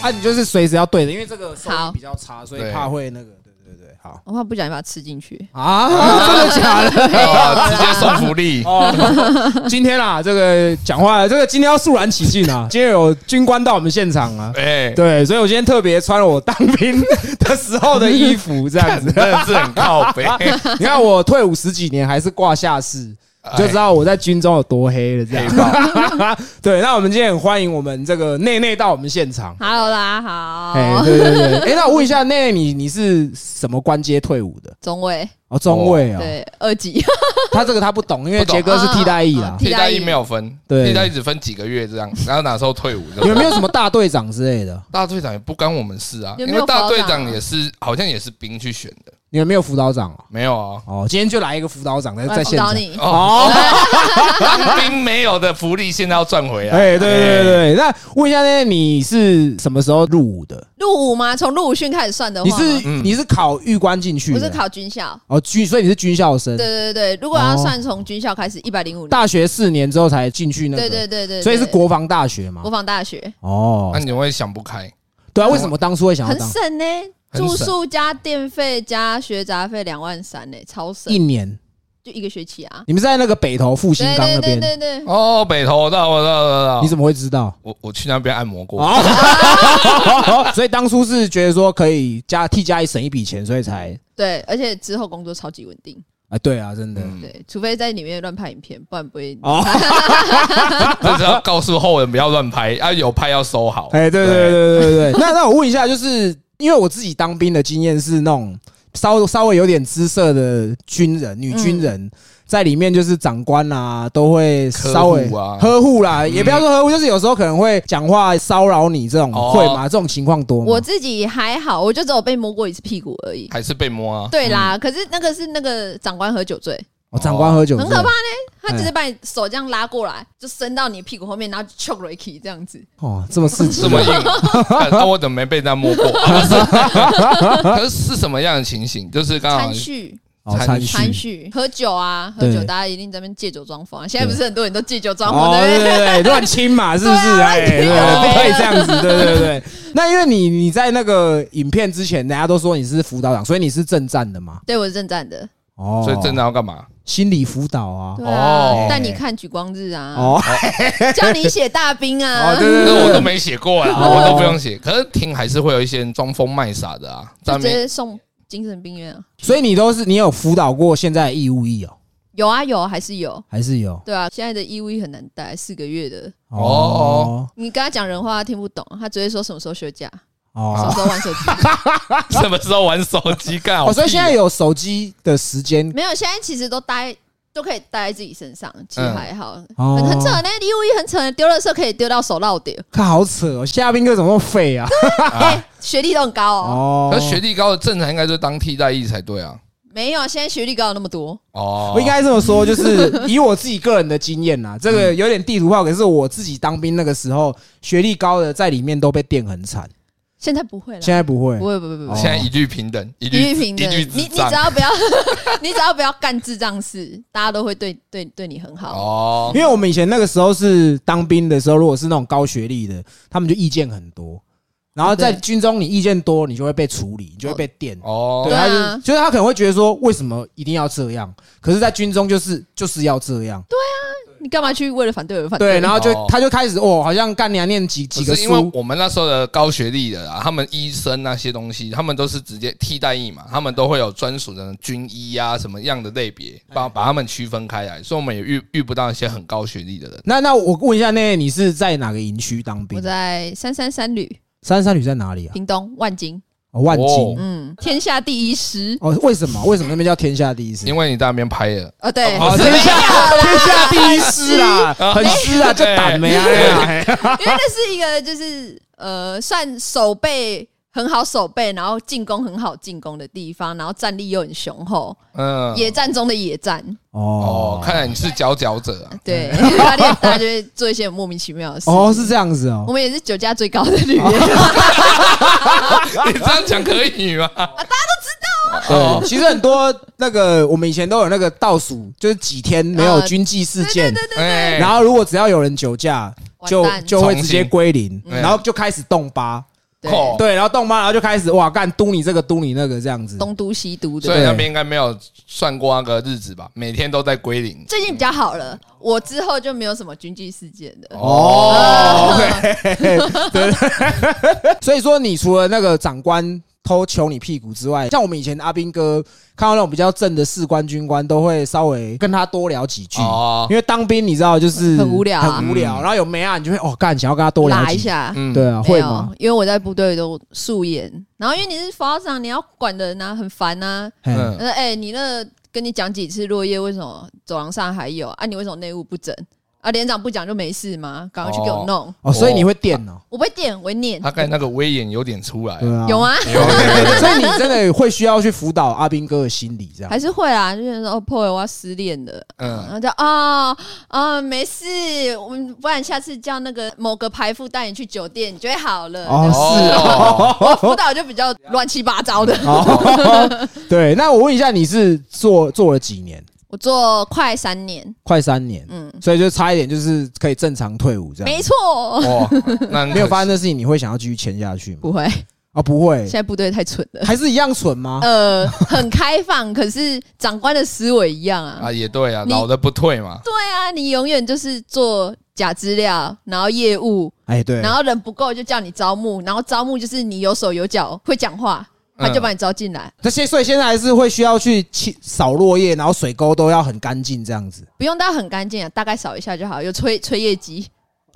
啊，你就是随时要对着，因为这个收音好比较差，所以对怕会那个。对对对，好我怕不小心把它吃进去。啊，真的假的？啊直接送福 利，哦，今天啊，这个讲话了，这个今天要肃然起敬 啊，今天有军官到我们现场啊。哎，对，所以我今天特别穿了我当兵的时候的衣服，这样 看子真。的是很 靠北，你看我退伍十几年还是挂下士，就知道我在军中有多黑了。这哎样黑，豹 对，那我们今天很欢迎我们这个内内到我们现场。 Hello，大家哎，好，对对对，哎，那我问一下内内，你你是什么官阶退伍的？中尉，哦，中尉啊，对，二级，他这个他不懂，因为不懂杰哥是替代役啊啦啊。替代役没有分，对替代役只分几个月这样，然后哪时候退伍这有样。没有什么大队长之类的？大队长也不干我们事啊，有因没有为大队辅导长啊也是好像也是兵去选的，你有没有辅导长哦？没有啊。哦，今天就来一个辅导长在我来在辅现导场。你。哦，当兵没有的福利现在要赚回来。哎，对对对，那问一下呢，你是什么时候入伍的？入伍吗？从入伍训开始算的话你吗，是嗯你是考预官进去我的？是考军校？哦军，所以你是军校生对，对对，如果要哦算从军校开始，一百零五年。大学四年之后才进去那个，对对对对，所以是对国防大学嘛国？防大学，哦那，你会想不开，对啊，为什么当初会想要很当省呢，很省住宿加电费加学杂费两万三呢，超省一，年？就一个学期啊。你们在那个北投复兴对岗对那对边，对对，哦，北投，我知道，我知道，我知道。你怎么会知道？我我去那边按摩过，哦， 所以当初是觉得说可以家替家里省一笔钱，所以才对，而且之后工作超级稳定，啊，对啊，真的。嗯对，除非在里面乱拍影片，不然不会。哦，就是要告诉后人不要乱拍，啊，有拍要收好。哎，对对对对对 对。那那我问一下，就是因为我自己当兵的经验是那种稍稍微有点姿色的军人，女军嗯人。在里面就是长官啊，都会稍微呵护啊呵护啦，也不要说呵护，就是有时候可能会讲话骚扰你这种，哦会吗？这种情况多吗？我自己还好，我就只有被摸过一次屁股而已。还是被摸啊？对啦，可是那个是那个长官喝酒醉，哦长官嗯喝酒很醉哎可怕呢。他只是把你手这样拉过来，就伸到你屁股后面，然后就 choke Ricky 这样子。哦，这么刺激这么硬，看那我怎么没被 他摸过？啊不是可是是什么样的情形？就是啊刚好餐叙，哦，残残叙餐叙叙，喝酒啊，喝酒，对大家一定在那边借酒装疯啊。现在不是很多人都借酒装疯，哦，对对不对？ 对对，乱亲嘛，是不是？对啊哎，对对，乱对亲不可以这样子，对对 对。那因为你你在那个影片之前，大家都说你是辅导长，所以你是正战的嘛？对，我是正战的，哦所以真的要干嘛？心理辅导啊。对啊哦，带你看举光日啊，哦 叫你写大兵哦，啊，对对那对我对都没写过啦，哦我都不用写。可是听还是会有一些人装疯卖傻的啊，在就那直边接送精神病院啊。所以你都是你有辅导过现在的义务役哦，有啊，有啊还是有。还是有？对啊，现在的 EV 很难带，四个月的，哦你跟他讲人话他听不懂，啊他只会说什么时候休假，什么哦时候玩手机。 什么时候玩手机干？啊好哦，所以屁现在有手机的时间 没有，现在其实都待都可以待在自己身上，其实还好，哦很很扯呢。EV 很扯呢，丢垃圾可以丢到手落掉，看好扯哦，夏兵哥怎么那么废 啊？啊！学历都很高哦。哦，可是学历高的正常应该就当替代役才对啊。没有，现在学历高有那么多，哦，我应该这么说，就是 以我自己个人的经验啦，这个有点地图炮，可是我自己当兵那个时候，学历高的在里面都被电很惨，现在不会了，现在不会不。会，不会，不哦会。现在一律平等，一一律律平等，一律你智你只障要不要， 你只要不要干智障事，大家都会对对对你很好。哦因为我们以前那个时候是当兵的时候，如果是那种高学历的，他们就意见很多，然后在对军中你意见多，你就会被处理，你就会被电。哦对，对他啊就就是他可能会觉得说，为什么一定要这样？可是，在军中就是就是要这样，你干嘛去为了反对而反对，对？然后就哦他就开始哦，好像干娘念几只几个是因为书，我们那时候的高学历的啊，他们医生那些东西，他们都是直接替代役嘛，他们都会有专属的军医啊什么样的类别，把把他们区分开来，所以我们也遇遇不到一些很高学历的人。那那我问一下，那你是在哪个营区当兵我？在三三三旅，三十三旅在哪里啊？屏东万金，哦万金哦嗯，天下第一师。哦，为什么？为什么那边叫天下第一师？因为你在那边拍的，哦，对，哦天没有下啦天下第一师啦， 很师啊，就胆没啊对哎呀。因为那是一个就是呃，算守备很好守备，然后进攻很好进攻的地方，然后战力又很雄厚，嗯，野战中的野战，哦哦，，看来你是佼佼者 啊，对，压力很 大，就会做一些莫名其妙的事。嗯哦是这哦样子哦我。们也是酒驾最高的旅人，你这样讲可以吗？啊嗯哦对，其实很多那个我们以前都有那个倒数，就是几天没有呃军纪事件，哎然后如果只要有人酒驾，完就蛋就会直接归零，嗯然后就开始动八。对，扣对，然后动漫，然后就开始哇干嘟你这个嘟你那个这样子，东都西都所以的。那边应该没有算过那个日子吧？每天都在归零。最近比较好了，我之后就没有什么军纪事件的。 哦，OK，对，所以说你除了那个长官偷球你屁股之外，像我们以前阿兵哥看到那种比较正的士官军官，都会稍微跟他多聊几句，哦，因为当兵你知道就是很无聊啊很无聊，然后有没啊，你就会哦干，想要跟他多聊拉几一句，下，嗯对啊，没会有吗？？因为我在部队都素颜，然后因为你是法长，你要管的人啊，很烦啊。嘿嗯呃，哎、你那跟你讲几次落叶，为什么走廊上还有啊？你为什么内务不整啊？连长不讲就没事吗？赶快去给我弄！哦，所以你会电哦，我不会点，我会念，大概那个威严有点出来。对啊，有吗？所以你真的会需要去辅导阿兵哥的心理，这样还是会啊，就是说哦，破了我要失恋了，然嗯，后就啊啊、没事，我们不然下次叫那个某个排副带你去酒店，你就会好了。哦，是哦哦，辅导就比较乱七八糟的， 哦，对，那我问一下，你是做做了几年？我做快三年，快三年，嗯，所以就差一点就是可以正常退伍这样。没，错，哦，那没有发生的事情，你会想要继续签下去吗？不会，啊，不会现，在部队太蠢了。还是一样蠢吗？呃，很开放，可是长官的思维一样啊。啊，也对啊，你老的不退嘛。对啊，你永远就是做假资料，然后业务，哎，对，然后人不够就叫你招募，然后招募就是你有手有脚，会讲话，他就把你招进来，这些所以现在还是会需要去清扫落叶，然后水沟都要很干净这样子，不用到很干净啊，大概扫一下就好。有吹吹叶机，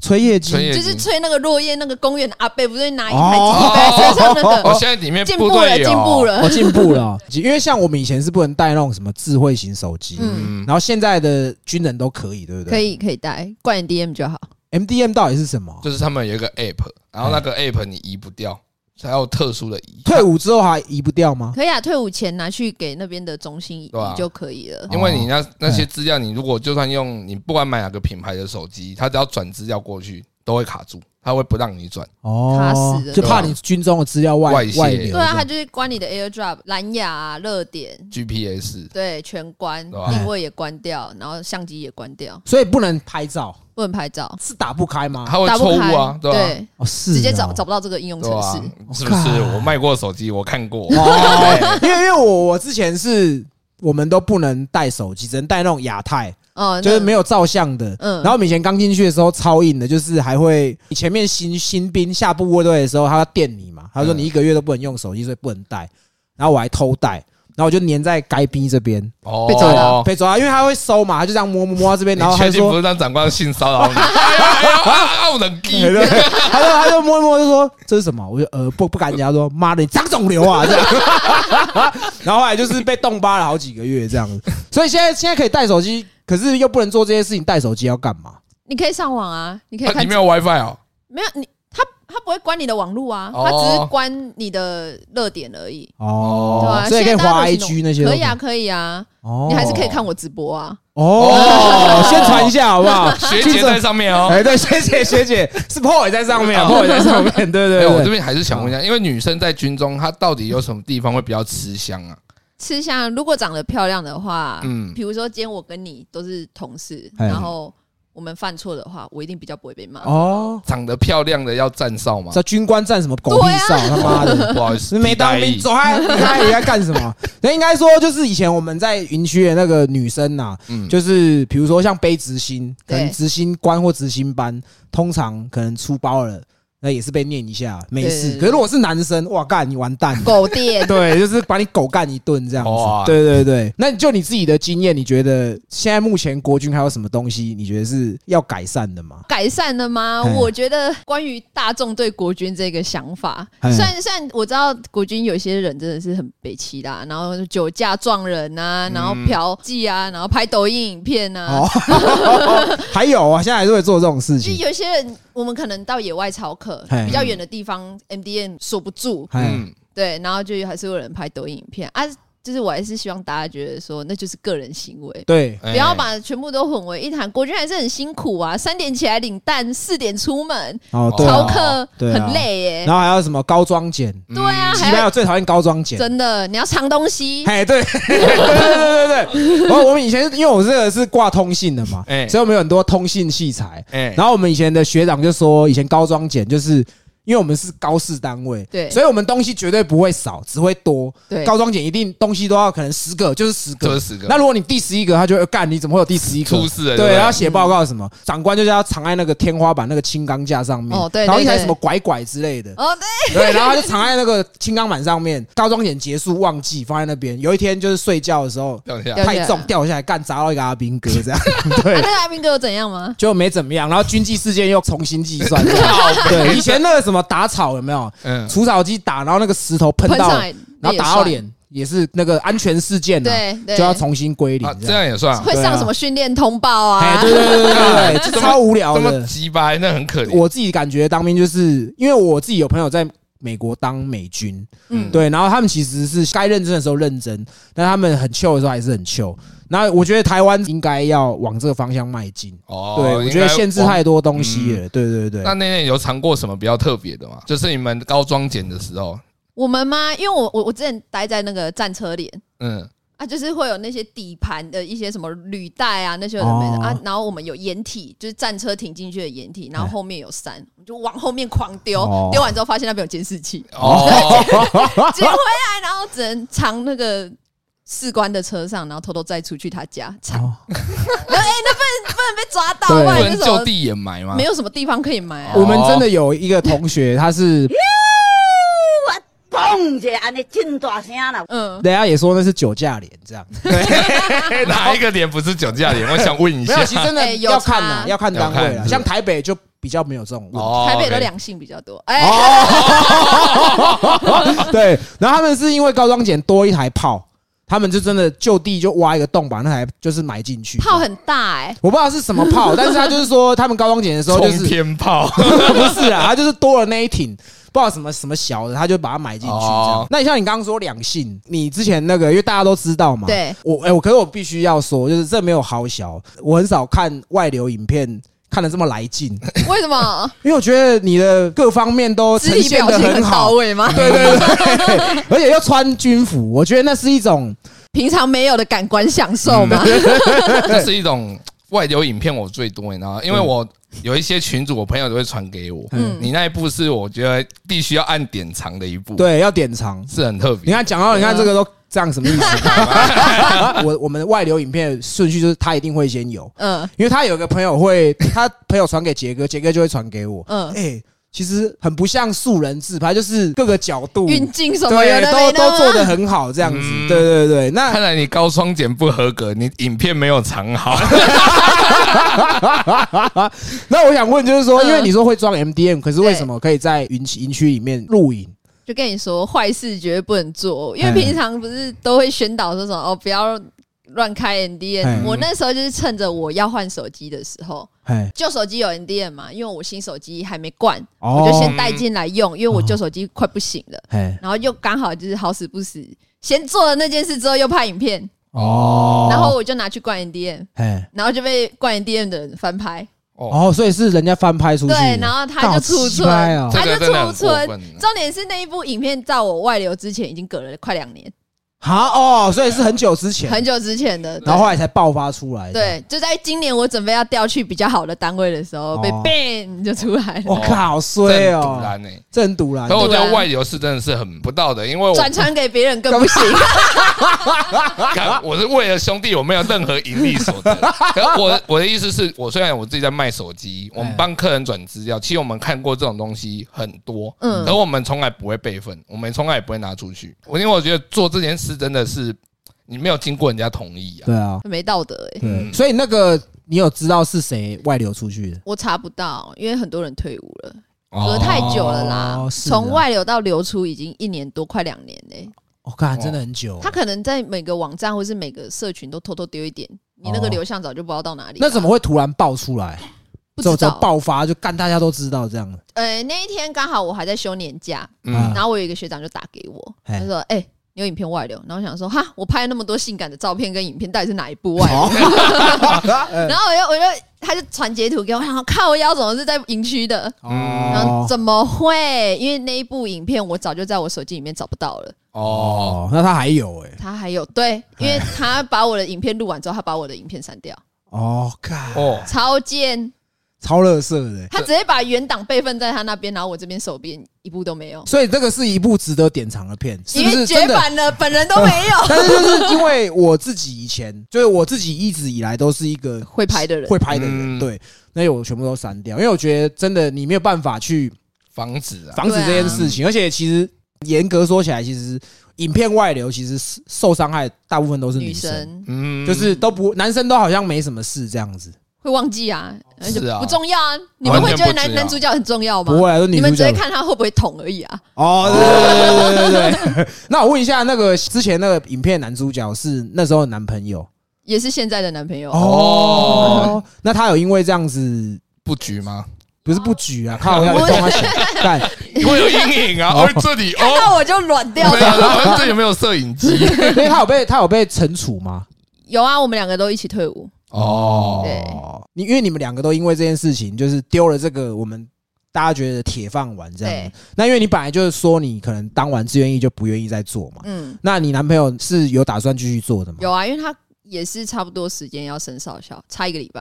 吹叶所以机。就是吹那个落叶，那个公园的阿伯不是拿一台哦机在身上那哦， 个，现在里面哦进部步了，队进有步，了我。进步了 哦，因为像我们以前是不能带那种什么智慧型手机，嗯，嗯，然后现在的军人都可以，对不对？可。以可以带，灌你 DM 就好。 MDM 到底是什么？就是他们有一个 app，然后那个 app 你移不掉，还有特殊的移，退伍之后还移不掉吗？可以啊，退伍前拿去给那边的中心移对啊就可以了。因为你那哦那些资料，你如果就算用你不管买哪个品牌的手机，它只要转资料过去都会卡住，它会不让你转。卡哦死，了就怕你军中的资料外啊外泄流。对啊，他就是关你的 AirDrop、蓝牙啊、热点， GPS 对，全关，对啊定位也关掉，然后相机也关掉，所以不能拍照，不能拍照，是打不开吗？它会打错不误开啊，对吧、嗯哦，是直接哦找找不到这个应用对程吧、式。是不是？靠我卖过手机，我看过。哦，因为因为我我之前是我们都不能带手机，只能带那种亚太，哦，就是没有，有照相的。嗯然后我们以前刚进去的时候超硬的，就是还会你前面新新兵下部部队的时候，他要电你嘛，他说嗯你一个月都不能用手机，所以不能带。然后我还偷带，然后我就粘在该逼这边哦，被抓到被抓，因为他会收嘛，他就这样摸摸摸到这边，你然后他确就定说不是让长官性骚扰你？哎呀哎呀，啊我能记。对，他就他就摸一摸就说这是什么？我就呃不不敢讲，他说妈的你长 肿瘤啊这样。然后后来就是被冻巴了好几个月这样子，所以现在现在可以带手机，可是又不能做这些事情，带手机要干嘛？你可以上网啊，你可以啊看你，没有 WiFi 哦？没有你，他他不会关你的网络啊，哦他只是关你的热点而已。对哦啊，，所以可以现在大滑家都有 IG 那些都可以啊，，可以啊，哦你还是可以看我直播啊。哦，宣传一下好不 好？学姐在上面哦。哎，对，学姐学姐是 PO 也在上面啊，PO 也在上面， 对哎，对我对这对。边还是想问一下，因为女生在军中，她到底有什么地方会比较吃香啊？吃相，如果长得漂亮的话，嗯嗯，比如说今天我跟你都是同事，哎然后我们犯错的话，我一定比较不会被骂。哦，长得漂亮的要站哨吗？这军官占什么狗屁少？他妈 的！不好意思，你没当替代兵，役走开！你看你在干什么？那应该说，就是以前我们在营区的那个女生呐、嗯就是比如说像背执行，可能对执行官或执行班，通常可能出包了，那也是被念一下，没对事。对对！可是如果是男生，哇干，你完蛋狗店对，就是把你狗干一顿这样子哇。对对对，那就你自己的经验，你觉得现在目前国军还有什么东西，你觉得是要改善的吗？改善了吗？哎我觉得关于大众对国军这个想法，哎虽然虽然我知道国军有些人真的是很北齐啦，然后酒驾撞人啊，然后嫖妓啊，然后拍抖音影片啊，哦，还有啊，现在还是会做这种事就情。有些人我们可能到野外操课哎，比较远的地方 MDM 锁不住，哎，嗯，对，然后就还是有人拍抖音影片啊。就是我还是希望大家觉得说，那就是个人行为，对，不不要把全部都混为一谈。国军还是很辛苦啊，三点起来领蛋，四点出门，哦，对逃啊。课对啊很累耶、然后还有什么高装剪，对啊，西还班要牙最讨厌高装剪。真的你要藏东西，哎，对， 对对对对对，我我们以前因为我这个是挂通信的嘛，哎所以我们有很多通信器材。哎，然后我们以前的学长就说，以前高装剪就是因为我们是高市单位，对所以我们东西绝对不会少，只会多。对高装检一定东西都要可能十个，就是十这个是。十个那如果你第十一个，他就会干，你怎么会有第十一个？出事了，对，不然后写报告什么，长官就叫他藏在那个天花板那个轻钢架上面，哦对然后对一台对什么拐拐之类的，哦，对，对，然后他就藏在那个轻钢板上面。高装检结束忘记放在那边，有一天就是睡觉的时候掉下掉来，下来太重掉下来，干砸到一个阿兵哥 这样， 啊对那。个阿兵哥有怎样吗？就没怎么样，然后军纪事件又重新计 算。对，以前那个什么打草有没有？嗯，啊除草机打，然后那个石头喷喷到上，来，然后打到也算，脸，也是那个安全事件啊，对对，就要重新归啊零。这这样，样也算啊，会对啊上什么训练通报哎，啊？对对对对 对对，这怎么超无聊这么的。鸡掰，那很可怜。我自己感觉当兵就是因为我自己有朋友在美国当美军，嗯，对，然后他们其实是该认真的时候认真，但他们很糗的时候还是很糗。那我觉得台湾应该要往这个方向迈进。哦对，我觉得限制。应该嗯太多东西了。对对对那，那天有尝过什么比较特别的吗？就是你们高装检的时候，我们吗？因为我我我之前待在那个战车连。嗯，啊，就是会有那些底盘的一些什么履带啊，那些有的没的、哦啊。然后我们有掩体，就是战车停进去的掩体，然后后面有山，我们就往后面狂丢哎哦，丢、完之后发现那边有监视 器，哦， 捡回来，啊然后只能藏那个士官的车上，然后偷偷再出去他家藏。 哦不能被抓到，啊对不不然能就就什地掩埋吗么没？有什么地方可以埋啊哦。我们真的有一个同学，他 是嘣一啊下，安尼真大声啦！嗯，人家也说那是酒驾脸这样。 哪一个脸不是酒驾 脸？我想问一没下有，。其实真的哎有要看差呐，要看单位要了。看像台北就比较没有这种问题。哦台北的 OK 两性比较多。哎、 哦对，然后他们是因为高装检多一台炮，他们就真的就地就挖一个洞，把那台就是埋进去。炮很大哎、我不知道是什么炮，但是他就是说他们高装检的时候就冲是 天炮， 不是啊，他就是多了那一挺。不知道什么什么小的，他就把它埋进去。这样哦，那你像你刚刚说两性，你之前那个，因为大家都知道嘛。对，我哎、我可是我必须要说，就是这没有好小，我很少看外流影片看的这么来劲， 为什么？因为我觉得你的各方面都肢呈体现的表情很到好，位吗？对对对， 而且又穿军服，我觉得那是一种平常没有的感官享受吗？嗯这是一种外流影片，我最多，你知道吗？因为我有一些群主，我朋友都会传给我。嗯你那一部是我觉得必须要按典藏的一部，，对要典藏。是很特你别。看讲到你看对这啊个都这样什么意思？ 我我们外流影片的顺序就是他一定会先有，嗯因为他有个朋友会，他朋友传给杰哥，杰哥就会传给我。嗯哎、，其实很不像素人自拍，就是各个角度，运镜什么有对，的都没的都做吗的很好，这样子。嗯对对对，那看来你高双检不合格，你影片没有藏好。那我想问，就是说，嗯因为你说会装 MDM，可是对为什么可以在云区营区里面露营？就跟你说，坏事绝对不能做，因为嗯平常不是都会宣导说什么哦，不要乱开 NDN。嗯我那时候就是趁着我要换手机的时候，哎，旧手机有 NDN 嘛，因为我新手机还没灌，哦我就先带进来用，因为我旧手机快不行了。哎，然后又刚好就是好死不死，先做了那件事之后又拍影片，哦然后我就拿去灌 NDN，哎，然后就被灌 NDN 的人翻拍，哦，所以是人家翻拍出去的，对，然后他就储好鸡存，掰哦他就这个真的很储过存分。啊重点是那一部影片在我外流之前已经隔了快两年，好哦，所以是很久之前，嗯很久之前的。然后对后来才爆发出来。，对，就在今年我准备要调去比较好的单位的时候，被哦 ban 就出来了，我靠，好衰真 突哦，然呢。这很堵然可。我觉啊对得啊外流是真的是很不道德，因哦为我转传给别人更不行。 干我是为了兄弟，我没有任何盈利所得。可我我的意思是我虽然我自己在卖手机，我们帮客人转资料，其实我们看过这种东西很多，嗯嗯，可我们从来不会备份，我们从来也不会拿出去。我因为我觉得做这件事真的是你没有经过人家同意啊，对啊，没道德对，哎、嗯所以那个你有知道是谁外流出去的？我查不到，因为很多人退伍了，哦隔太久了啦哦。是啊从、外流到流出已经一年多，快两年嘞、我靠，哦真的很久。他可能在每个网站或是每个社群都偷偷丢一点，你那个哦流向早就不知道到哪里了。那怎么会突然爆出来？不知这种道？爆发就干，大家都知道这样的。呃，那一天刚好我还在休年假，嗯嗯，然后我有一个学长就打给我，嘿他说：“哎、你有影片外流。”然后我想说：“哈，我拍那么多性感的照片跟影片，到底是哪一部外流？”嗯 然后我就我就他就传截图给我，然后看我腰怎么是在营区的，然后哦怎么会？因为那一部影片我早就在我手机里面找不到了，哦，哦，那他还有哎、他还有对，因为他把我的影片录完之后，他把我的影片删掉，哦，看，哦，超贱。超乐色的、欸他直接把原档备份在他那边，然后我这边手边一部都没有，所以这个是一部值得典藏的片，是因不为是绝真的？版了，本人都没有但是就是因为我自己以前，就是我自己一直以来都是一个会拍的 人。会拍的人，嗯对，那我全部都删掉，因为我觉得真的你没有办法去防止啊，防止这件事情，而且其实严格说起来，其实影片外流其实是受伤害大部分都是女女生，生嗯，就是都不男生都好像没什么事这样子，会忘记啊，而且是啊不重要啊。你们会觉得男完全不重要男主角很重要吗？不会啊，都你女们主只角会看他会不会捅而已啊。哦，对对对对对对对。 那我问一下，那个之前那个影片男主角是那时候的男朋友也是现在的男朋友，哦，那他有因为这样子布局吗？不是不举啊，靠，要你动 他想干。会有阴影啊，哦，这里看哦，到我就软掉对了。啊，这有没有摄影机？所以他有被他有被惩处吗？有啊，我们两个都一起退伍，哦，对你因为你们两个都因为这件事情，就是丢了这个我们大家觉得铁饭碗这样对子。那因为你本来就是说你可能当完志愿役就不愿意再做嘛。嗯，那你男朋友是有打算继续做的吗？有啊，因为他也是差不多时间要升少校，差一个礼拜。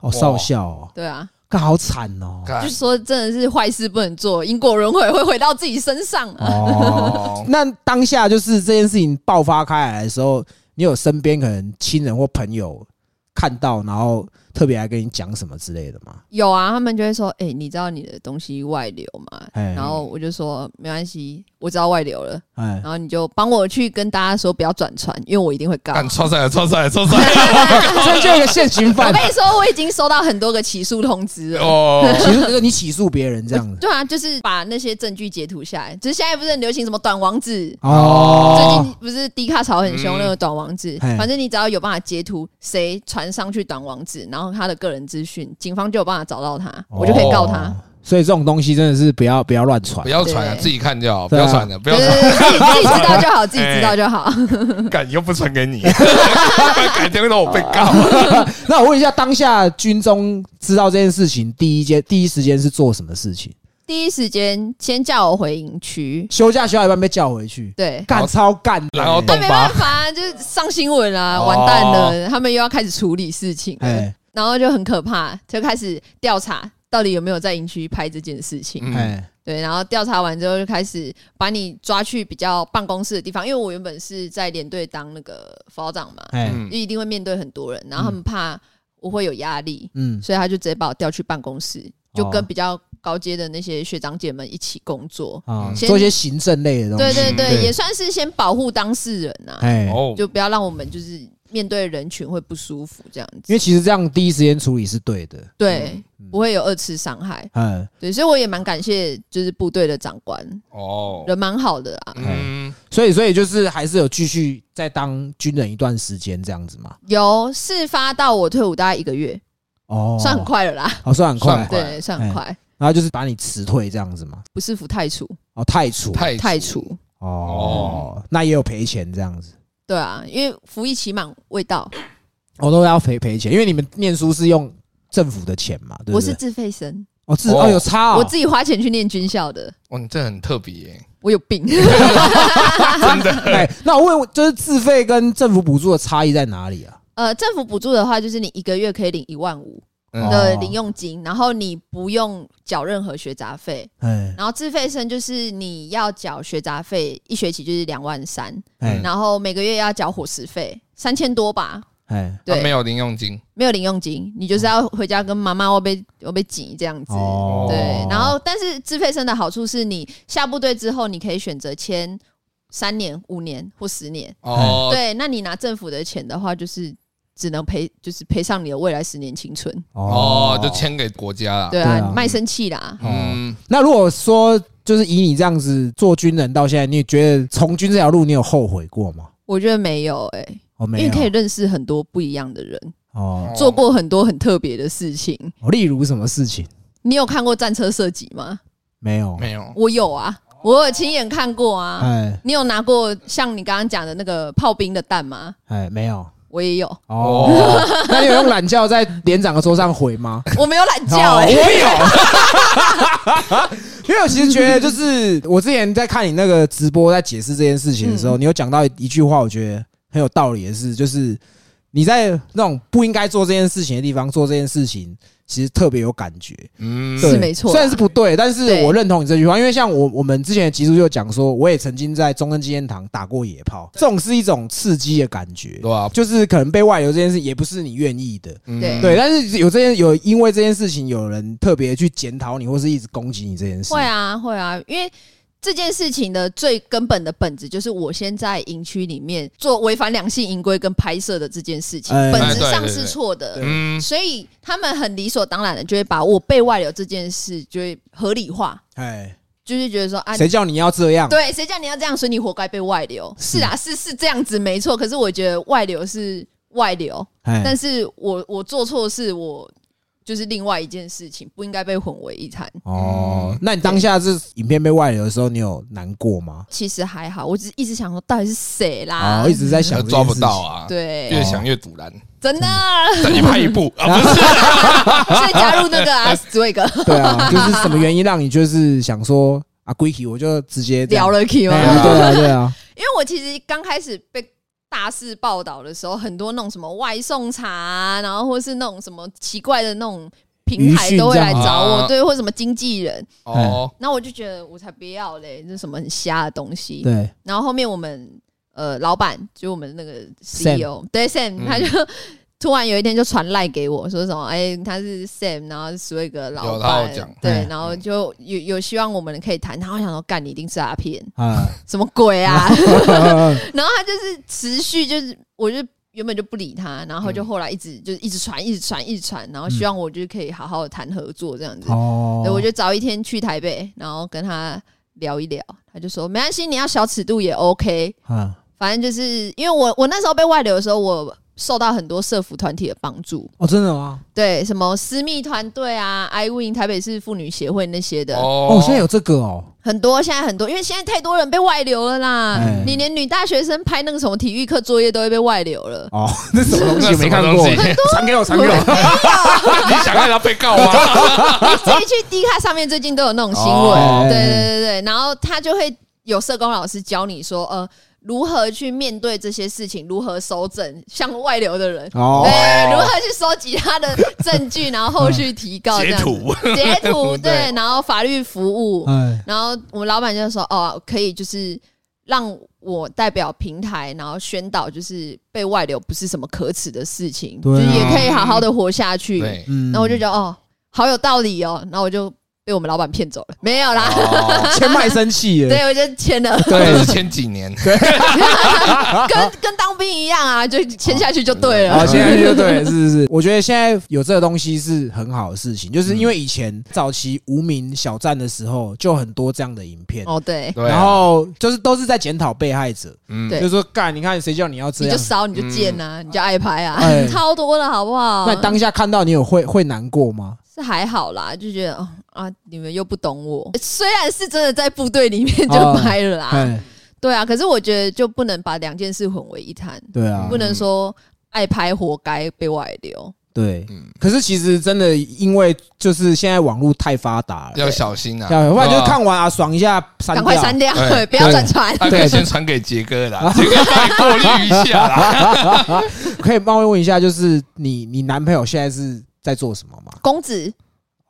哦，少校哦，对啊，看好惨哦。看就是说真的是坏事不能做，因果轮回会回到自己身上 啊。哦，那当下就是这件事情爆发开来的时候，你有身边可能亲人或朋友看到，然后特别来跟你讲什么之类的吗？有啊，他们就会说：“哎、你知道你的东西外流吗？”哎然后我就说：“没关系，我知道外流了。” 哎，然后你就帮我去跟大家说不要转传，因为我一定会告。干超载了，超载了，超载了，这就有一个现 行我犯跟，你说，我已经收到很多个起诉通知了。 哦，起诉就是你起诉别人这样子对啊，就是把那些证据截图下来。就是现在不是很流行什么短网址， 最哦近。不是低卡潮很凶嗯那个短网址，嘿反正你只要有办法截图谁传上去短网址，然后他的个人资讯，警方就有办法找到他，哦我就可以告他。所以这种东西真的是不要不要乱传不。要传了，对自己看就好，不对啊要传了，不对要对传，对，自己自己知道就好，自己知道就好。敢又不传 给你，改天让我被告。那我问一下，当下军中知道这件事情，第一间第一时间是做什么事情？第一时间先叫我回营区，休假休到一半被叫回去， 对，干超干的，然后那动没办法、啊，就是上新闻啊，哦完蛋了，他们又要开始处理事情了哎然后就很可怕，就开始调查到底有没有在营区拍这件事情。嗯，哎对，然后调查完之后就开始把你抓去比较办公室的地方，因为我原本是在连队当那个辅导长嘛，哎嗯就一定会面对很多人，然后他们怕我会有压力，嗯所以他就直接把我调去办公室，就哦跟比较高阶的那些学长姐们一起工作。啊，嗯先做一些行政类的东西。对对对，对也算是先保护当事人呐、啊，哎，哦，就不要让我们就是面对人群会不舒服这样因子为，其实嗯这样第一时间处理是对的。对，不会有二次伤害。嗯，对，所以我也蛮感谢就是部队的长官，哦，人蛮好的啊。哎嗯，所以所以就是还是有继续在当军人一段时间这样子嘛。由事发到我退伍大概一个月，哦，算很，快了啦，哦，算很快算。很快对，算很快，然后就是把你辞退这样子嘛。不是服太处，哦，太除。太太处，哦，那也有赔钱这样子。对啊，因为服役期满未到，我都要赔赔钱，因为你们念书是用政府的钱嘛，对不对？我是自费生，哦，自哦哦有差哦，我自己花钱去念军校的，哇，哦你这很特别耶，我有 病，哎，那我问，就是自费跟政府补助的差异在哪里啊？呃，政府补助的话，就是你一个月可以领一万五哦嗯的零用金，然后你不用缴任何学杂费，哎然后自费生就是你要缴学杂费，一学期就是两万三，哎然后每个月要缴伙食费三千多吧，哎，对，啊没有零用金，没有零用金，你就是要回家跟妈妈我被我被挤这样子。哦对，然后但是自费生的好处是你下部队之后，你可以选择签三年、五年或十年。哦，哎对，那你拿政府的钱的话，就是只能赔，就是赔上你的未来十年青春。哦，就签给国家啦。对对啊，啊你卖身契啦。嗯，那如果说就是以你这样子做军人到现在，你觉得从军这条路你有后悔过吗？我觉得没有哎、哦，没因为有可以认识很多不一样的人，哦，做过很多很特别的事情。哦例如什么事情你有看过战车射击吗？没有？没有？我有啊，我有亲眼看过啊。哎你有拿过像你刚刚讲的那个炮兵的弹吗？哎，没有。我也有， 哦， 那你有用懒觉在连长的桌上回 吗？我没有懒觉哎、哦 因为我其实觉得，就是我之前在看你那个嗯直播，在解释这件事情的时候，你有讲到一句话，我觉得很有道理的是，就是你在那种不应该做这件事情的地方做这件事情，其实特别有感觉。嗯，对是没错啦虽然是不对，但是对我认同你这句话，因为像我我们之前的集数就讲说，我也曾经在中正纪念堂打过野炮，这种是一种刺激的感觉，对吧？就是可能被外流这件事也不是你愿意的，嗯对对。但是有这件有因为这件事情，有人特别去检讨你，或是一直攻击你这件事，会啊，会啊，因为这件事情的最根本的本质就是我先在营区里面做违反两性营规跟拍摄的这件事情，哎本质上哎对对是对错的。嗯，所以他们很理所当然的就会把我被外流这件事就会合理化，哎，就是觉得说啊，谁叫你要这样？对，谁叫你要这样，所以你活该被外流。是是啊，是是这样子没错，可是我觉得外流是外流，哎，但是我我做错事，我就是另外一件事情，不应该被混为一谈。嗯哦，那你当下是影片被外流的时候，你有难过吗？其实还好，我只是一直想说到底是谁啦，啊，一直在想这件抓不事到情，啊，对，越想越堵然，真的，再你拍一部哦啊，不是所以加入那 个啊，只有一个 对啊，就是什么原因让你就是想说啊，Guiki，我就直接这样聊了 Q 哎吗？呀对啊，对啊，因为我其实刚开始被大肆报道的时候，很多那种什么外送茶、啊，然后或是那种什么奇怪的那种平余台讯都会来这样子找我，啊对，或什么经纪人，哦，然后我就觉得我才不要嘞，这什么很瞎的东西。 对，然后后面我们呃老板，就我们那个 Sam CEO，对 Sam，嗯他就。 突然有一天就传赖给我说什么，哎、他是 Sam，然后是所有一个老有他有板讲，对嗯，然后就有有希望我们可以谈，然后我想说干你一定诈骗，啊，什么 鬼啊？ 然后他就是持续就是，我就原本就不理他，然后就嗯后来一直就是一直传，一直传，一直传，然后希望我就可以好好的谈合作这样子。哦对，我就找一天去台北，然后跟他聊一聊，他就说没关系，你要小尺度也 OK，啊，反正就是因为我我那时候被外流的时候，我受到很多社服团体的帮助，哦，真的吗？对，什么私密团队啊，iWin 台北市妇女协会那些的，哦，现在有有这个哦，很多，现在很多，因为现在太多人被外流了啦。哎你连女大学生拍那个什么体育课作业都会被外流了。哦， 那什么东西 那什么没看过 东西很？传给我，传给我。 你想让他被告吗？ 你自己去 D 卡上面最近都有那种新闻，哦对对对对，然后他就会有社工老师教你说，呃，如何去面对这些事情，如何收整像外流的人。哦，对，如何去收集他的证据，然后后续提告哦这样子截图，截 图对对，然后法律服务，哎，然后我们老板就说：“哦，可以，就是让我代表平台，然后宣导，就是被外流不是什么可耻的事情，对啊就是也可以好好的活下去。” 对，嗯然后我 就觉得哦，好有道理哦，然后我就被我们老板骗走了，没有啦，哦，千麦生气耶， 对我就签了，对，前几年，跟跟当兵一样啊，就签下去就对啊， 了。现在就啊对，是是是，我觉得现在有这个东西是很好的事情，就是因为以前早期无名小站的时候，就很多这样的影片，哦，对，对啊，然后就是都是在检讨被害者，嗯对就是说干，你看谁叫你要这你就样？嗯烧，你就贱啊，你就爱拍啊哎，超多了，好不好那？你当下看到你有会会难过吗？是还好啦，就觉得哦啊，你们又不懂我。虽然是真的在部队里面就 哦拍了啦，哎，对啊，可是我觉得就不能把两件事混为一谈，对啊不，能说爱拍活该被外流。对，嗯，可是其实真的，因为就是现在网络太发达了，要小心啊，要不然就是对啊看完啊，爽一下，赶快删掉。哎掉，对不要转传。他可以先传给杰哥啦，杰哥帮你过滤一 下啦。可以帮我问一下，就是你你男朋友现在是在做什么吗？ 公子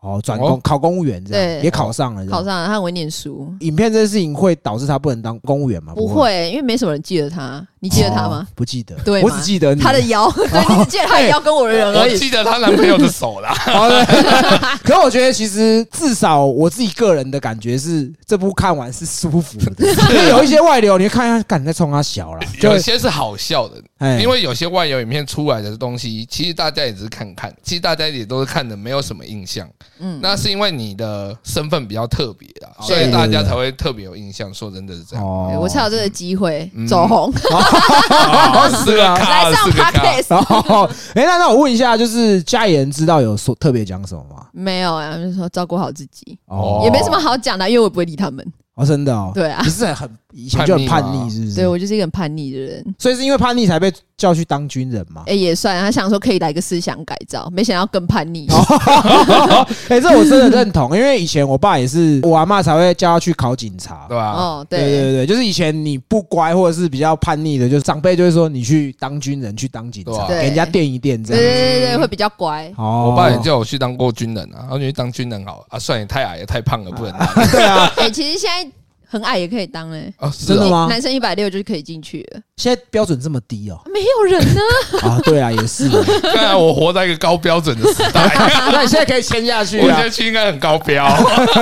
哦，转公哦考公务员这样，对也考上了这样。考上了，他很会念书，影片这件事情会导致他啊不能当公务员吗？不会，会，因为没什么人记得他。你记得他吗哦？？不记得，对吗我只记得你哎他的腰，对，你只记得他的腰跟我的人而我已。记得她男朋友的手啦，哦对 可我觉得其实至少我自己个人的感觉是，这部看完是舒服的， 因为有一些外流，你会看他敢在冲他小了， 就有些是好笑的，哎 因为有些外游影片出来的东西，其实大家也只是看看，其实大家也都是看的，没有什么印象。嗯，哦那是因为你的身份比较特别啦，对所以大家才会特别有印象。说真的是这样，对哦我才有这个机会嗯走红， 哦四个咖来上四个咖， podcast。哦， 哎、那那我问一下，就是家里人知道有说特别讲什么吗？没有啊，就是说照顾好自己，哦，也没什么好讲的，因为我不会理他们。哦，真的哦，对啊你，是很以前就很叛叛逆逆，吗是不是？对我就是一个很叛逆的人。所以是因为叛逆才被叫去当军人吗？哎、也算，他想说可以来个思想改造，没想到更叛逆。哦 哎、这我真的认同，因为以前我爸也是，我阿妈才会叫他去考警察。对吧、哦，对对对，就是以前你不乖或者是比较叛逆的，就是长辈就会说你去当军人，去当警对察，啊给人家垫一垫这对样。对对对会比较乖。哦我爸也叫我去当过军人啊，他觉得当军人好啊，算你太矮也太胖了，不能当 对啊，哎、其实现在很矮也可以当哎、啊，是真的啊，吗？男生一百六就可以进去了，现在标准这么低哦、没有人呢、啊，对啊，也 是。看来我活在一个高标准的时 代，那你现在可以签下去啊我觉得去应该很高 标。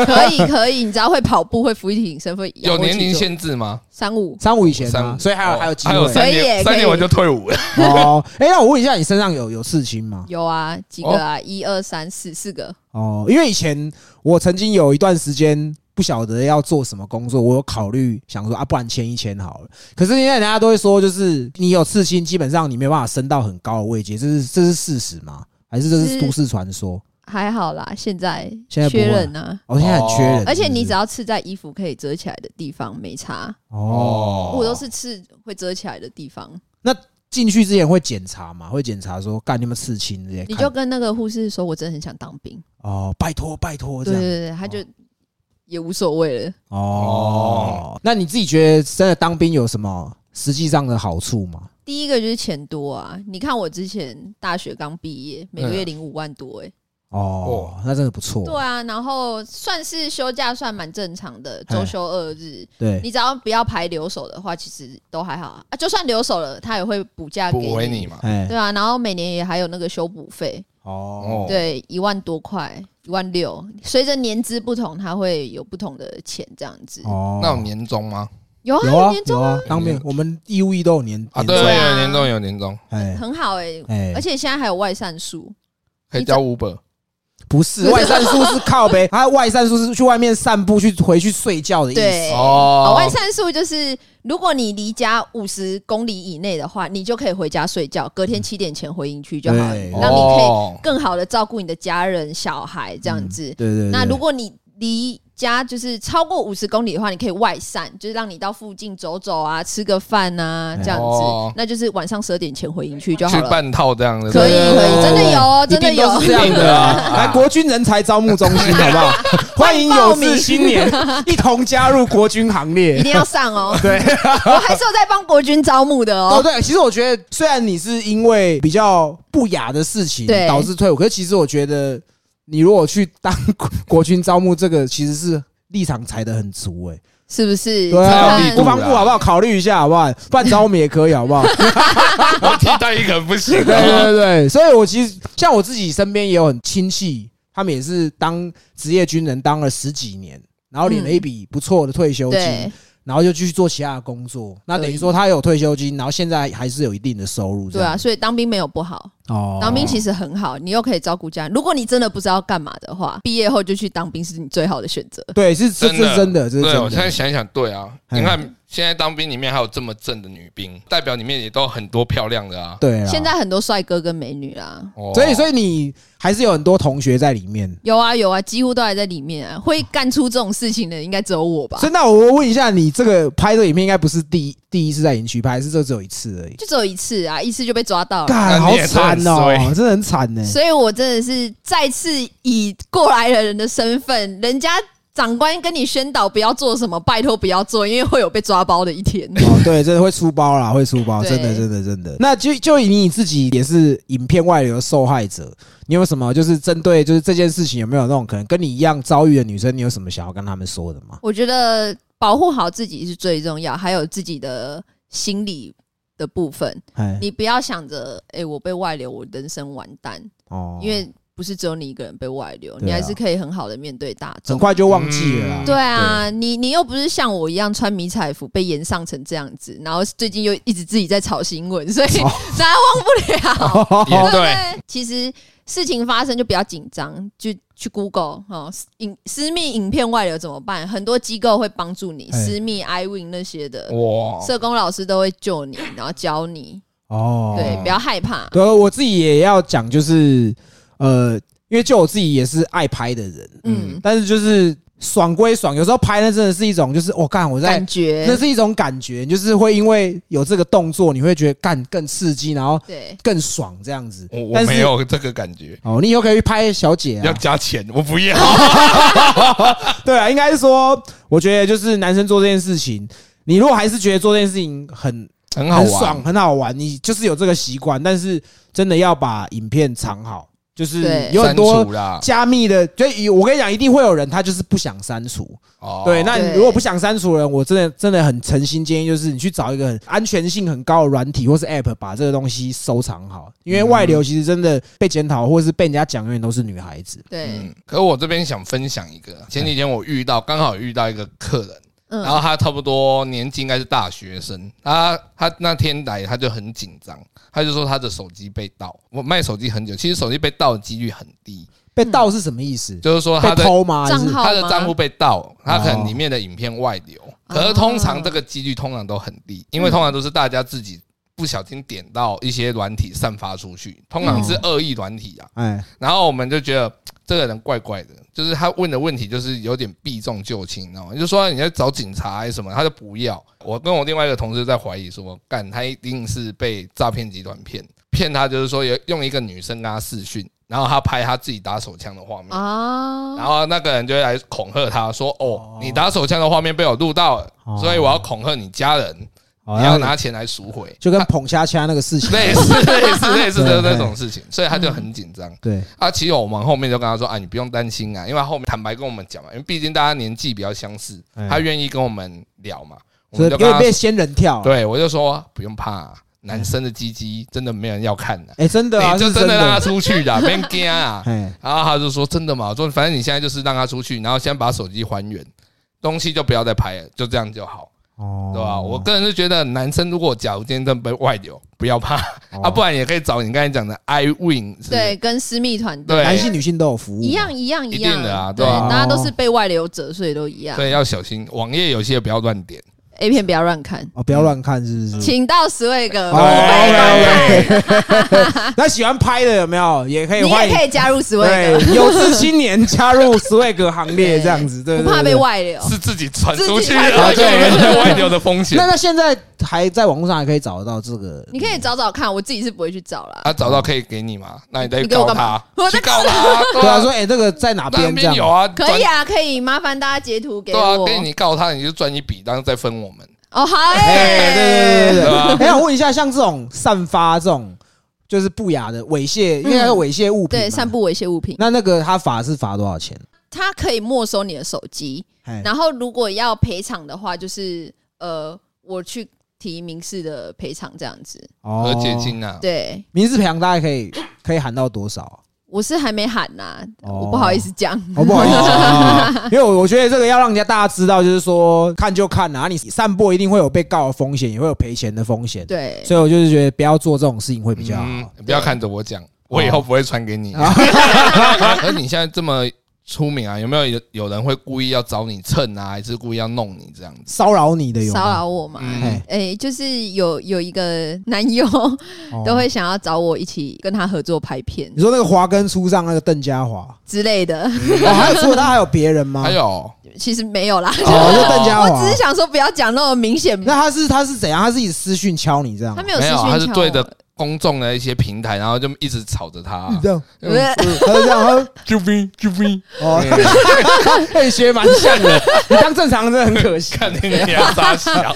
可以 可以，你只要会跑步、会俯卧撑、会有年龄限限制吗？三五，三五以前三啊五，所以还有哦还有机还有会三可以耶年，三可以年我就退伍了。哦。哎，那我问一下，你身上有有刺青吗？有啊，几个哦啊？一二三四，四个。哦，因为以前我曾经有一段时间不晓得要做什么工作，我有考虑想说啊，不然签一签好了。可是现在人家都会说，就是你有刺青，基本上你没有办法升到很高的位阶，这是这是事实吗？还是这是是都市传说？还好啦，现在现在不缺会人啊，哦，现在很缺人是不是，而且你只要刺在衣服可以遮起来的地方没差，哦我都是刺会遮起来的地方，进去之前会检查嘛，会检查说干你们刺青这些，你看就跟那个护士说，我真的很想当兵，哦，拜托拜托这对对样对，他就也无所谓了。哦。那你自己觉得真的当兵有什么实际上的好处吗？第一个就是钱多啊，你看我之前大学刚毕业，每个嗯月领五万多、欸，哎、哦，那真的不错。对啊，然后算是休假算蛮正常的，周休二日，对你只要不要排留守的话，其实都还好啊。啊就算留守了，他也会补假给补回你嘛，哎对啊，然后每年也还有那个修补费，哦哦对，一万多块，一万六。随着年资不同，它会有不同的钱这样子。哦那有年终吗？有啊，有啊年终有啊，当兵我们义务役都有年啊，年对，终啊有年终有年终， 哎很好哎、哎而，且现在还有外散数，可以交五本。不是外散数是靠呗，他外散数是去外面散步去回去睡觉的意对思。哦，哦外散数就是如果你离家五十公里以内的话，你就可以回家睡觉，隔天七点前回营区就好了，嗯对让你可以哦更好的照顾你的家人、小孩嗯这样子。对对对，那如果你离家就是超过五十公里的话，你可以外散，就是让你到附近走走啊，吃个饭哎啊，这样子。哦那就是晚上十二点前回营区就好去了。办套这样的，可以对对可以对真的对有哦对真的一定都有是这样的啊！ 啊来，国军人才招募中心好不好？欢迎有志青年一同加入国军行列！一。定要上哦 对，我还是有在帮国军招募的哦，哦。对，其实我觉得，虽然你是因为比较不雅的事情对导致退伍，可是其实我觉得，你如果去当国国军招募，这个其实是立场踩得很足、欸，哎，是不是？对啊你力，看度国防部好不好？考虑一下好不好？不然找我们也可以好不 好？我替代一个不行啊对对对，所以我其实像我自己身边也有很亲戚，他们也是当职业军人当了十几年，然后领了一笔不错的退休金。对，然后就继续做其他的工作，那等于说他有退休金，然后现在还是有一定的收入这对啊，样。所以当兵没有不好，哦当兵其实很好，你又可以照顾家人。如果你真的不知道干嘛的话，毕业后就去当兵是你最好的选择。对，是这真这的是真的，这是对，我真现在的。想一想，对啊，嗯你看现在当兵里面还有这么正的女兵，代表里面也都很多漂亮的啊。对啦，现在很多帅哥跟美女啊啦，哦所以所以你还是有很多同学在里面。有啊有啊，几乎都还在里面啊。会干出这种事情的应该只有我吧所？以那我问一下，你这个拍的影片应该不是第一第一次在营区拍，还是这只有一次而已？就只有一次啊，一次就被抓到了。干，那好你也是惨很哦，衰真的很惨呢。所以我真的是再次以过来人的身份，人家长官跟你宣导不要做什么，拜托不要做，因为会有被抓包的一 天。哦，对，真的会出包啦，会出包，对真的，真的，真的。那就就以你自己也是影片外流的受害者，你有什么就是针对就是这件事情有没有那种可能跟你一样遭遇的女生，你有什么想要跟他们说的吗？我觉得保护好自己是最重要，还有自己的心理的部分，哎，你不要想着，哎、我被外流，我人生完蛋，哦因为不是只有你一个人被外流，对啊你还是可以很好的面对大很众。快就忘记了啦。对啊，你你又不是像我一样穿迷彩服被延上成这样子，然后最近又一直自己在炒新闻，所以哦大家忘不了。嗯也对，对，其实事情发生就不要紧张，就去 Google 哦，影私密影片外流怎么办？很多机构会帮助你，哎私密 iWin 那些的，哇，社工老师都会救你，然后教你，哦，对，不要害怕。对，我自己也要讲，就是呃，因为就我自己也是爱拍的人，嗯但是就是爽归爽，有时候拍那真的是一种，就是我干、我在感觉那是一种感觉，就是会因为有这个动作，你会觉得干更刺激，然后对更爽这样子。我我但是没有这个感觉，哦，你以后可以去拍小姐要啊，加钱，我 不要。对啊，应该是说，我觉得就是男生做这件事情，你如果还是觉得做这件事情很很好很玩爽、，很好玩，你就是有这个习惯，但是真的要把影片藏好，就是对有很删多除啦。加密的，就以我跟你讲，一定会有人他就是不想删除，哦对，那你对如果不想删除人，我真的真的很诚心建议，就是你去找一个很安全性很高的软体或是 App，把这个东西收藏好，因为外流其实真的被检讨或是被人家讲，永远都是女孩子。对，嗯，可我这边想分享一个，前几天我遇到，刚好遇到一个客人，然嗯后他差不多年纪应该是大学生，他他那天来他就很紧张，他就说他的手机被盗。我卖手机很久，其实手机被盗的几率很低，被盗是什么意思？就是说他被的偷吗？哦还是账号他的账户被盗，他可哦能里面的影片外流，可是通常这个几率通常都很低，嗯因为通常都是大家自己不小心点到一些软体散发出去，通常是恶意软体啊。哎，然后我们就觉得这个人怪怪的，就是他问的问题就是有点避重就轻，你知道吗？就说你要找警察还是什么，他就不要。我跟我另外一个同事在怀疑说，干他一定是被诈骗集团骗，骗他就是说有用一个女生跟他视讯，然后他拍他自己打手枪的画面。嗯啊，然后那个人就会来恐吓他说：“哦，你打手枪的画面被我录到了哦，所以我要恐吓你家人，好你要像拿钱来赎回。就跟捧虾虾那个事”情类似类似类似的对嗯那种事情，所以他就很紧张。对，啊，其实我们后面就跟他说啊，你不用担心啊，因为他后面坦白跟我们讲嘛，因为毕竟大家年纪比较相似嗯，他愿意跟我们聊嘛，我所以们有就跟点他被仙人跳。，啊对我就说不用怕啊，男生的鸡鸡真的没人要看的，哎，真的啊，你就是真真的让他。出去的，别惊 啊。哎，然后他就说：“真的吗？”我说：“反正你现在就是让他出去，然后先把手机还原，东西就不要再拍了，就这样就好，哦对吧？”我个人是觉得，男生如果假如今天真的被外流，不要怕 哦啊，不然也可以找你刚才讲的 I Win，对，跟私密团队对男性女性都有服务嘛一样一样一定样的啊对，对啊大家都是被外流者，所以都一样。对，要小心网页有些不要乱点。 A 片不要乱看，哦，不要乱看，是不是？请到十位个哦，OK，OK，OK，那喜欢拍的有没有也可以你欢也迎可以加入十位个，对，有志青年加入 swag 行 列这样子，对，不对怕对被外流。是自己传出出去去啊了，对就有人在外流的风险那。那现在还在网络上还可以找得到这个，你可以找找看，我自己是不会去找啦。啊他啊找到可以给你嘛？那你再你给我告干他嘛我，在去告 他。对啊，说哎，这个在哪那边这边有样？啊，可以转。啊，可以，麻烦大家截图给对啊，我。给你告他，你就赚一笔，然后再分我们。哦，好哎，对对哎，对对对啊对。哎，我问一下，像这种散发这种就是不雅的猥亵，因为它是猥亵物品嘛，对，散布猥亵物品，那那个他罚是罚多少钱？它可以没收你的手机。哎，然后如果要赔偿的话，就是呃，我去提民事的赔偿这样子。哦和解。金啊，对，民事赔偿大概可以可以喊到多少啊？我是还没喊呐、哦我不好意思讲。 哦，不好意思 啊，因为我我觉得这个要让人家大家知道，就是说看就看啊，你散播一定会有被告的风险，也会有赔钱的风险。对，所以我就是觉得不要做这种事情会比较好。嗯，不要看着我讲，我以后不会传给 你。啊而你现在这么出名啊，有没有有有人会故意要找你蹭啊，还是故意要弄你这样子？骚扰你的有吗骚扰我嘛？嗯嘿，哎、就是有有一个男友哦都会想要找我一起跟他合作拍片你说那个华根初上那个邓家 华，之类的，哦，还有除了他还有别人吗？还有，其实没有啦，哦，就邓家我只是华。想说不要讲那么明显，那他是他是怎样？他是一直私讯敲你这样吗他？没有没私有，啊讯他是敲对我着公众的一些平台，然后就一直吵着他啊你。这样，不是嗯啊 他是这样，救兵，救 兵，他 哦，那你学蛮像 的。你当正常人真的很可惜。看你俩傻笑。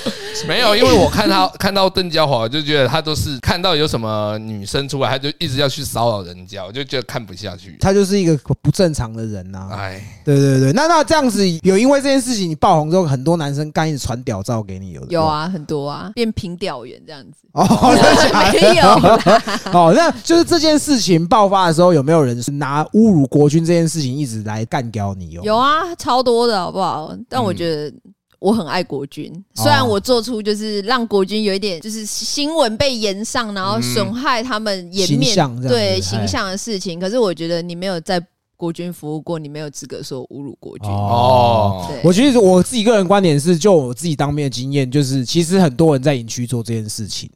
没有，因为我看他看到邓家华，我就觉得他都是看到有什么女生出来，他就一直要去骚扰人家，我就觉得看不下去。他就是一个不正常的人啊呐、哎，对对对，那那这样子有因为这件事情你爆红之后，很多男生刚一直传屌照给你，有的 有，啊，很多啊，变平调员这样子，哦，真的假的 没有啦，哦，那 就是这件事情爆发的时候，有没有人是拿侮辱国军这件事情一直来干掉你哦？有啊，超多的好不好？但我觉得。我很爱国军，虽然嗯哦我做出就是让国军有一点就是新闻被延上，然后嗯损害他们颜形面象这样子哎对形象的事情，可是我觉得你没有在国军服务过，你没有资格说侮辱国军。哦哦，对，我其实我自己个人观点是，就我自己当兵的经验，就是其实很多人在营区做这件事情。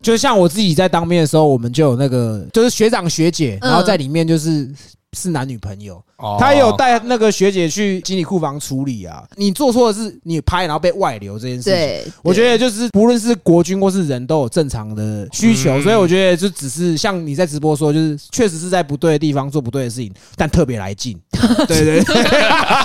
就像我自己在当兵的时候，我们就有那个，就是学长学姐，嗯然后在里面就是是男女朋友，哦他也有带那个学姐去经理库房处理啊。你做错的是你拍然后被外流这件事情。对，我觉得得就是不论是国军或是人都有正常的需求，嗯所以我觉得就只是像你在直播说，就是确实是在不对的地方做不对的事情，但特别来劲。对对对。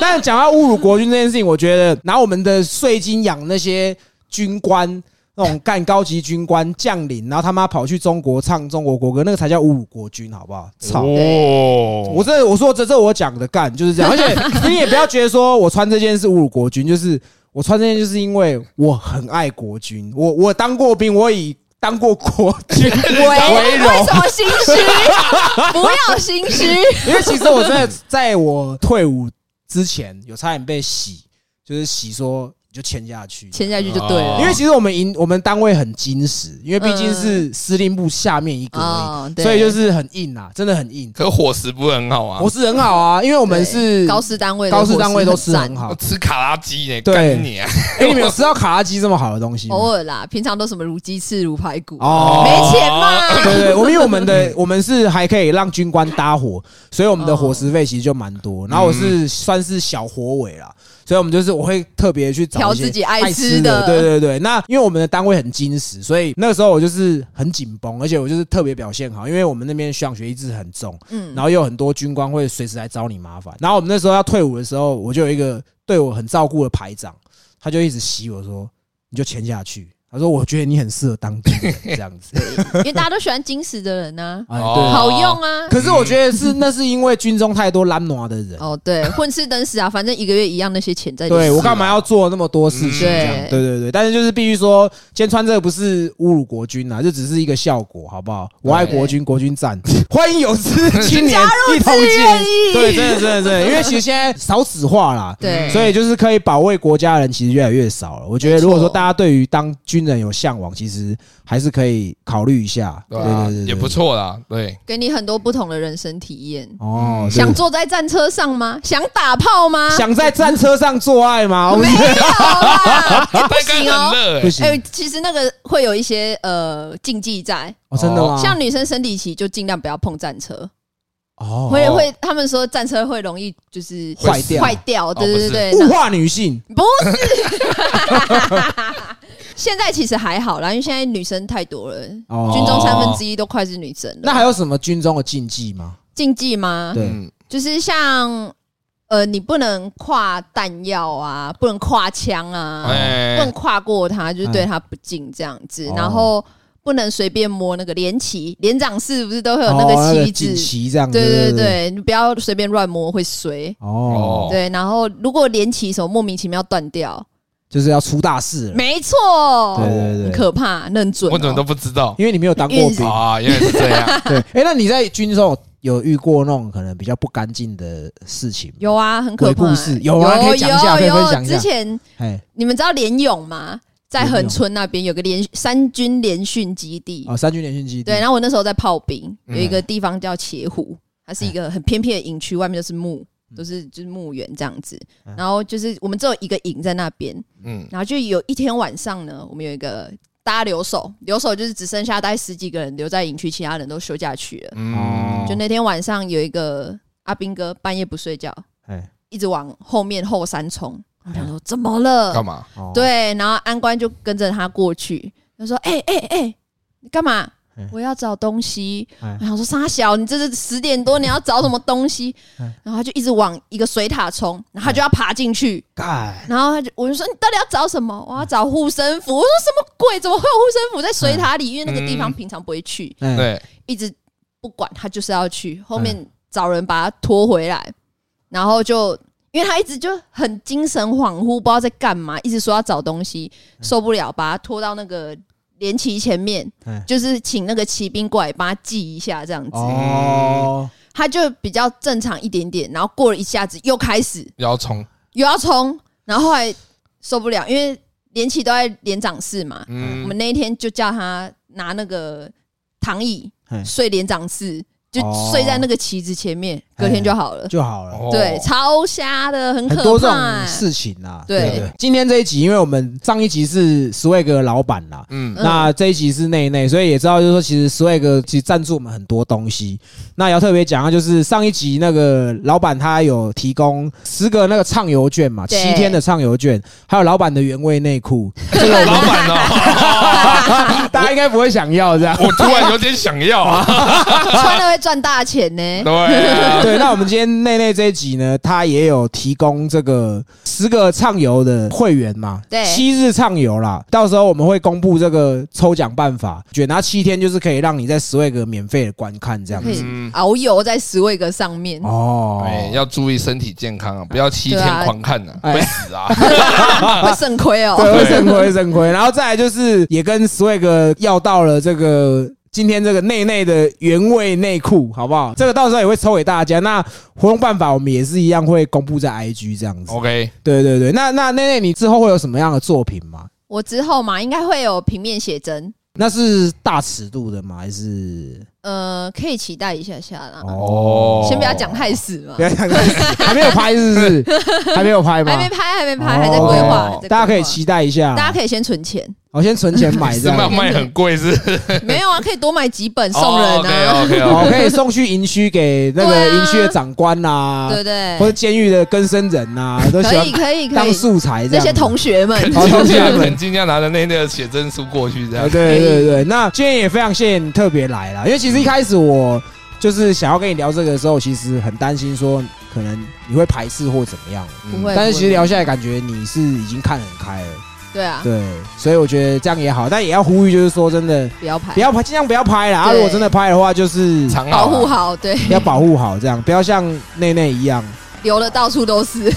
但讲到侮辱国军这件事情，我觉得拿我们的税金养那些军官。那种干高级军官将领，然后他妈跑去中国唱中国国歌，那个才叫侮辱国军，好不好？操！哦我这我说这这我讲的干就是这样，而 且你也不要觉得说我穿这件是侮辱国军，就是我穿这件就是因为我很爱国军，我我当过兵，我以当过国 军为为为荣什，么心虚？ 不要心虚，因为其实我真的在我退伍之前有差点被洗，就是洗说你就签下去，签下去就对了。哦因为其实我们营我们单位很矜持，因为毕竟是司令部下面一个而嗯哦已，对所以就是很硬啊，真的很硬。可伙食不是很好啊我，是很好啊，因为我我们是高师单位的高伙食师很赞，单位都吃很好我，吃卡拉鸡呢，对干你啊！哎、你们有吃到卡拉鸡这么好的东西吗？偶尔啦，平常都什么卤鸡翅、卤排骨，哦没钱嘛。对对，我们因为我们的我们是还可以让军官搭伙，所以我们的伙食费其实就蛮多。然后我是嗯算是小火尾啦，所以我们就是我会特别去找挑一些自己爱爱吃的的。对对对，那因为我们的单位很矜持，所以那个时候我就是很紧绷，而且我就是特别表现好，因为我们那边上学一直很重，嗯然后又有很多军官会随时来找你麻烦。然后我们那时候要退伍的时候，我就有一个对我很照顾的排长，他就一直洗我说：“你就签下去。”他说：“我觉得你很适合当兵人，这样 子。因为大家都喜欢金石的人呐、哎”哦对。好用啊。可是我觉得是那是因为军中太多懒惰的人，哦，对，混吃等死啊，反正一个月一样那些钱在。对我干嘛要做那么多事情？嗯这样对对对对，但是就是必须说，今天穿这个不是侮辱国军啊，这只是一个效果，好不好？我爱国军，国军赞， 欢迎有志青 年一同自进愿役。对，真的真的真的，因为其实现在少子化啦，对所以就是可以保卫国家的人其实越来越少了。我觉得如果说大家对于当军人有向往，其实还是可以考虑一下，对对啊对，对也不。错啦，对，给你很多不同的人生体验。哦，对嗯想坐在战车上吗？想打炮吗？想在战车上做爱 吗？我们 好啦，哎不但刚行刚哦很。热啊不欸，行哎、，其实那个会有一些呃禁忌在，哦，真的吗？ 像女生生理期就尽量不要碰战车，哦，会会他们说战车会容易就是坏掉坏掉，对哦不对是对，物化女性不是， 现在其实还好啦，因为现在女生太多了，哦军中三分之一都快是女生了。那还有什么军中的禁忌吗？禁忌吗？对哦嗯，就是像呃，你不能跨弹药啊，不能跨枪啊，不能哎，跨过它，就是对它不敬这样子。哦然后不能随便摸那个连旗，连长室不是都会有那哦个旗锦子？旗这样子，对对不对，你不要随便乱摸，会碎。哦哦，对，然后如果连旗什么莫名其妙断掉，就是要出大事了，没错，对对很对，可怕，那很准、哦。我怎么都不知道因为你没有当过兵，啊，原来是这样， 对，哎，那你在军中有遇过那种可能比较不干净的事情吗？有啊，很可怕、鬼故事有啊可以讲一下可以有分享一下之前哎，你们知道联勇吗？在联勇恒春那边有个联三军联训基地，哦，三军联训基地，对。然后我那时候在炮兵，有嗯一个地方叫茄湖，它是一个很偏僻的营区，外面就是墓，嗯都是就是墓园这样子。然后就是我们只有一个营在那边，嗯，然后就有一天晚上呢，我们有一个大家留守，留守就是只剩下大概十几个人留在营区，其他人都休假去了。嗯哦，就那天晚上有一个阿兵哥半夜不睡觉，哎，一直往后面后山冲。我想嗯说怎么干了？嘛？哦，对，然后安官就跟着他过去，他说：“哎哎哎，你干嘛哎？我要找东西。”哎我想说沙小，你这是十点多，你要找什么东西哎？然后他就一直往一个水塔冲，然后他就要爬进去，干，然后他就我就说：“你到底要找什么？”我要找护身符。我说：“什么鬼？怎么会有护身符在水塔里？因为那个地方嗯平常不会去，哎，对，一直不管他就是要去，后面找人把他拖回来，然后就因为他一直就很精神恍惚，不知道在干嘛，一直说要找东西，受不了，把他拖到那个连旗前面哎，就是请那个骑兵过来帮他记一下这样子，哦，嗯他就比较正常一点点，然后过了一下子又开始要冲，又要冲，然后后来受不了，因为连旗都在连长室嘛，我嗯们那一天就叫他拿那个躺椅嘿睡连长室，就就哦睡在那个旗子前面，隔天就好了。就好了。哦对，超瞎的，很很可多这怕种欸。事情啦。对对对，今天这一集，因为我们上一集是 Swag 的老板啦，嗯，嗯 那这一集是内内，所以也知道，就是说，其实 Swag 其实赞助我们很多东西。那也要特别讲啊，就是上一集那个老板他有提供十个那个畅游券嘛，对七天的畅游券，还有老板的原味内 裤，这个老 板哦，大家应该不会想要这 样。我突然有点想要啊，穿了会赚大钱 呢。对啊，对，那我们今天内内这一集呢，他也有提供这个十个畅游的会员嘛，对七日畅游啦。到时候我们会公布这个抽奖办法，卷拿七天就是可以让你在 Swag 免费的观看这样可子。以嗯遨游在十位格上面，哦，哎，要注意身体健康啊，不要七天对啊狂看啊，哎会死啊。会肾亏对，哦。会肾亏，会肾亏。然后再来就是也跟 Swag 要到了这个。今天这个内内的原味内裤好不好？这个到时候也会抽给大家。那活动办法我们也是一样会公布在 IG 这样子。 OK，对对对，那那内内你之后会有什么样的作品吗？我之后嘛，应该会有平面写真，那是大尺度的吗？还是呃，可以期待一下下啦。哦？先不要讲太死嘛不，要讲，还没有拍是不是？还没有拍吗？啊还没拍，还没拍，哦还在规划。还在规划大家可以，期待一下。大家可以先存钱。我先存钱 买这是卖样。卖很贵是没有啊，可以多买几本送人 啊，OK 哦， OK，可以送去营区给那对个啊营区的长官啊呐、对不或者？对监狱的更生人呐、都喜哎可欢以，可以，可当以。素材这那样。些同学们，好 同尽学量们很。尽量拿着那那个写真书过去这样对。对对对，那今天也非常谢谢你特别来啦，因为其实一开始我就是想要跟你聊这个的时候，其实很担心说可能你会排斥或怎么样，不会，但是其实不会聊下来感觉你是已经看很开了，对啊，对，所以我觉得这样也好，但也要呼吁就是说真的不要拍不，要拍，尽量不要拍啦，啊，对如果真的拍的话，就是藏保护好好，对，要保护好，这样不要像内内一样。流的到处都是，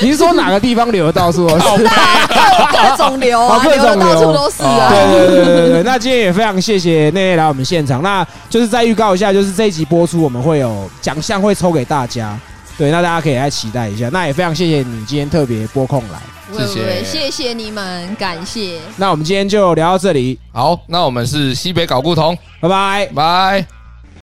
你是说哪个地方流的到处 都是？各种流 好啊，各流种的流到哦处都是啊。对对对对对，那今天也非常谢谢内内来我们现场，那就是再预告一下，就是这一集播出我们会有奖项会抽给大家，对，那大家可以来期待一下。那也非常谢谢你今天特别拨空来，不会不会，谢谢谢谢你们，感谢。那我们今天就聊到这里，好，那我们是西北搞固同，拜拜。拜。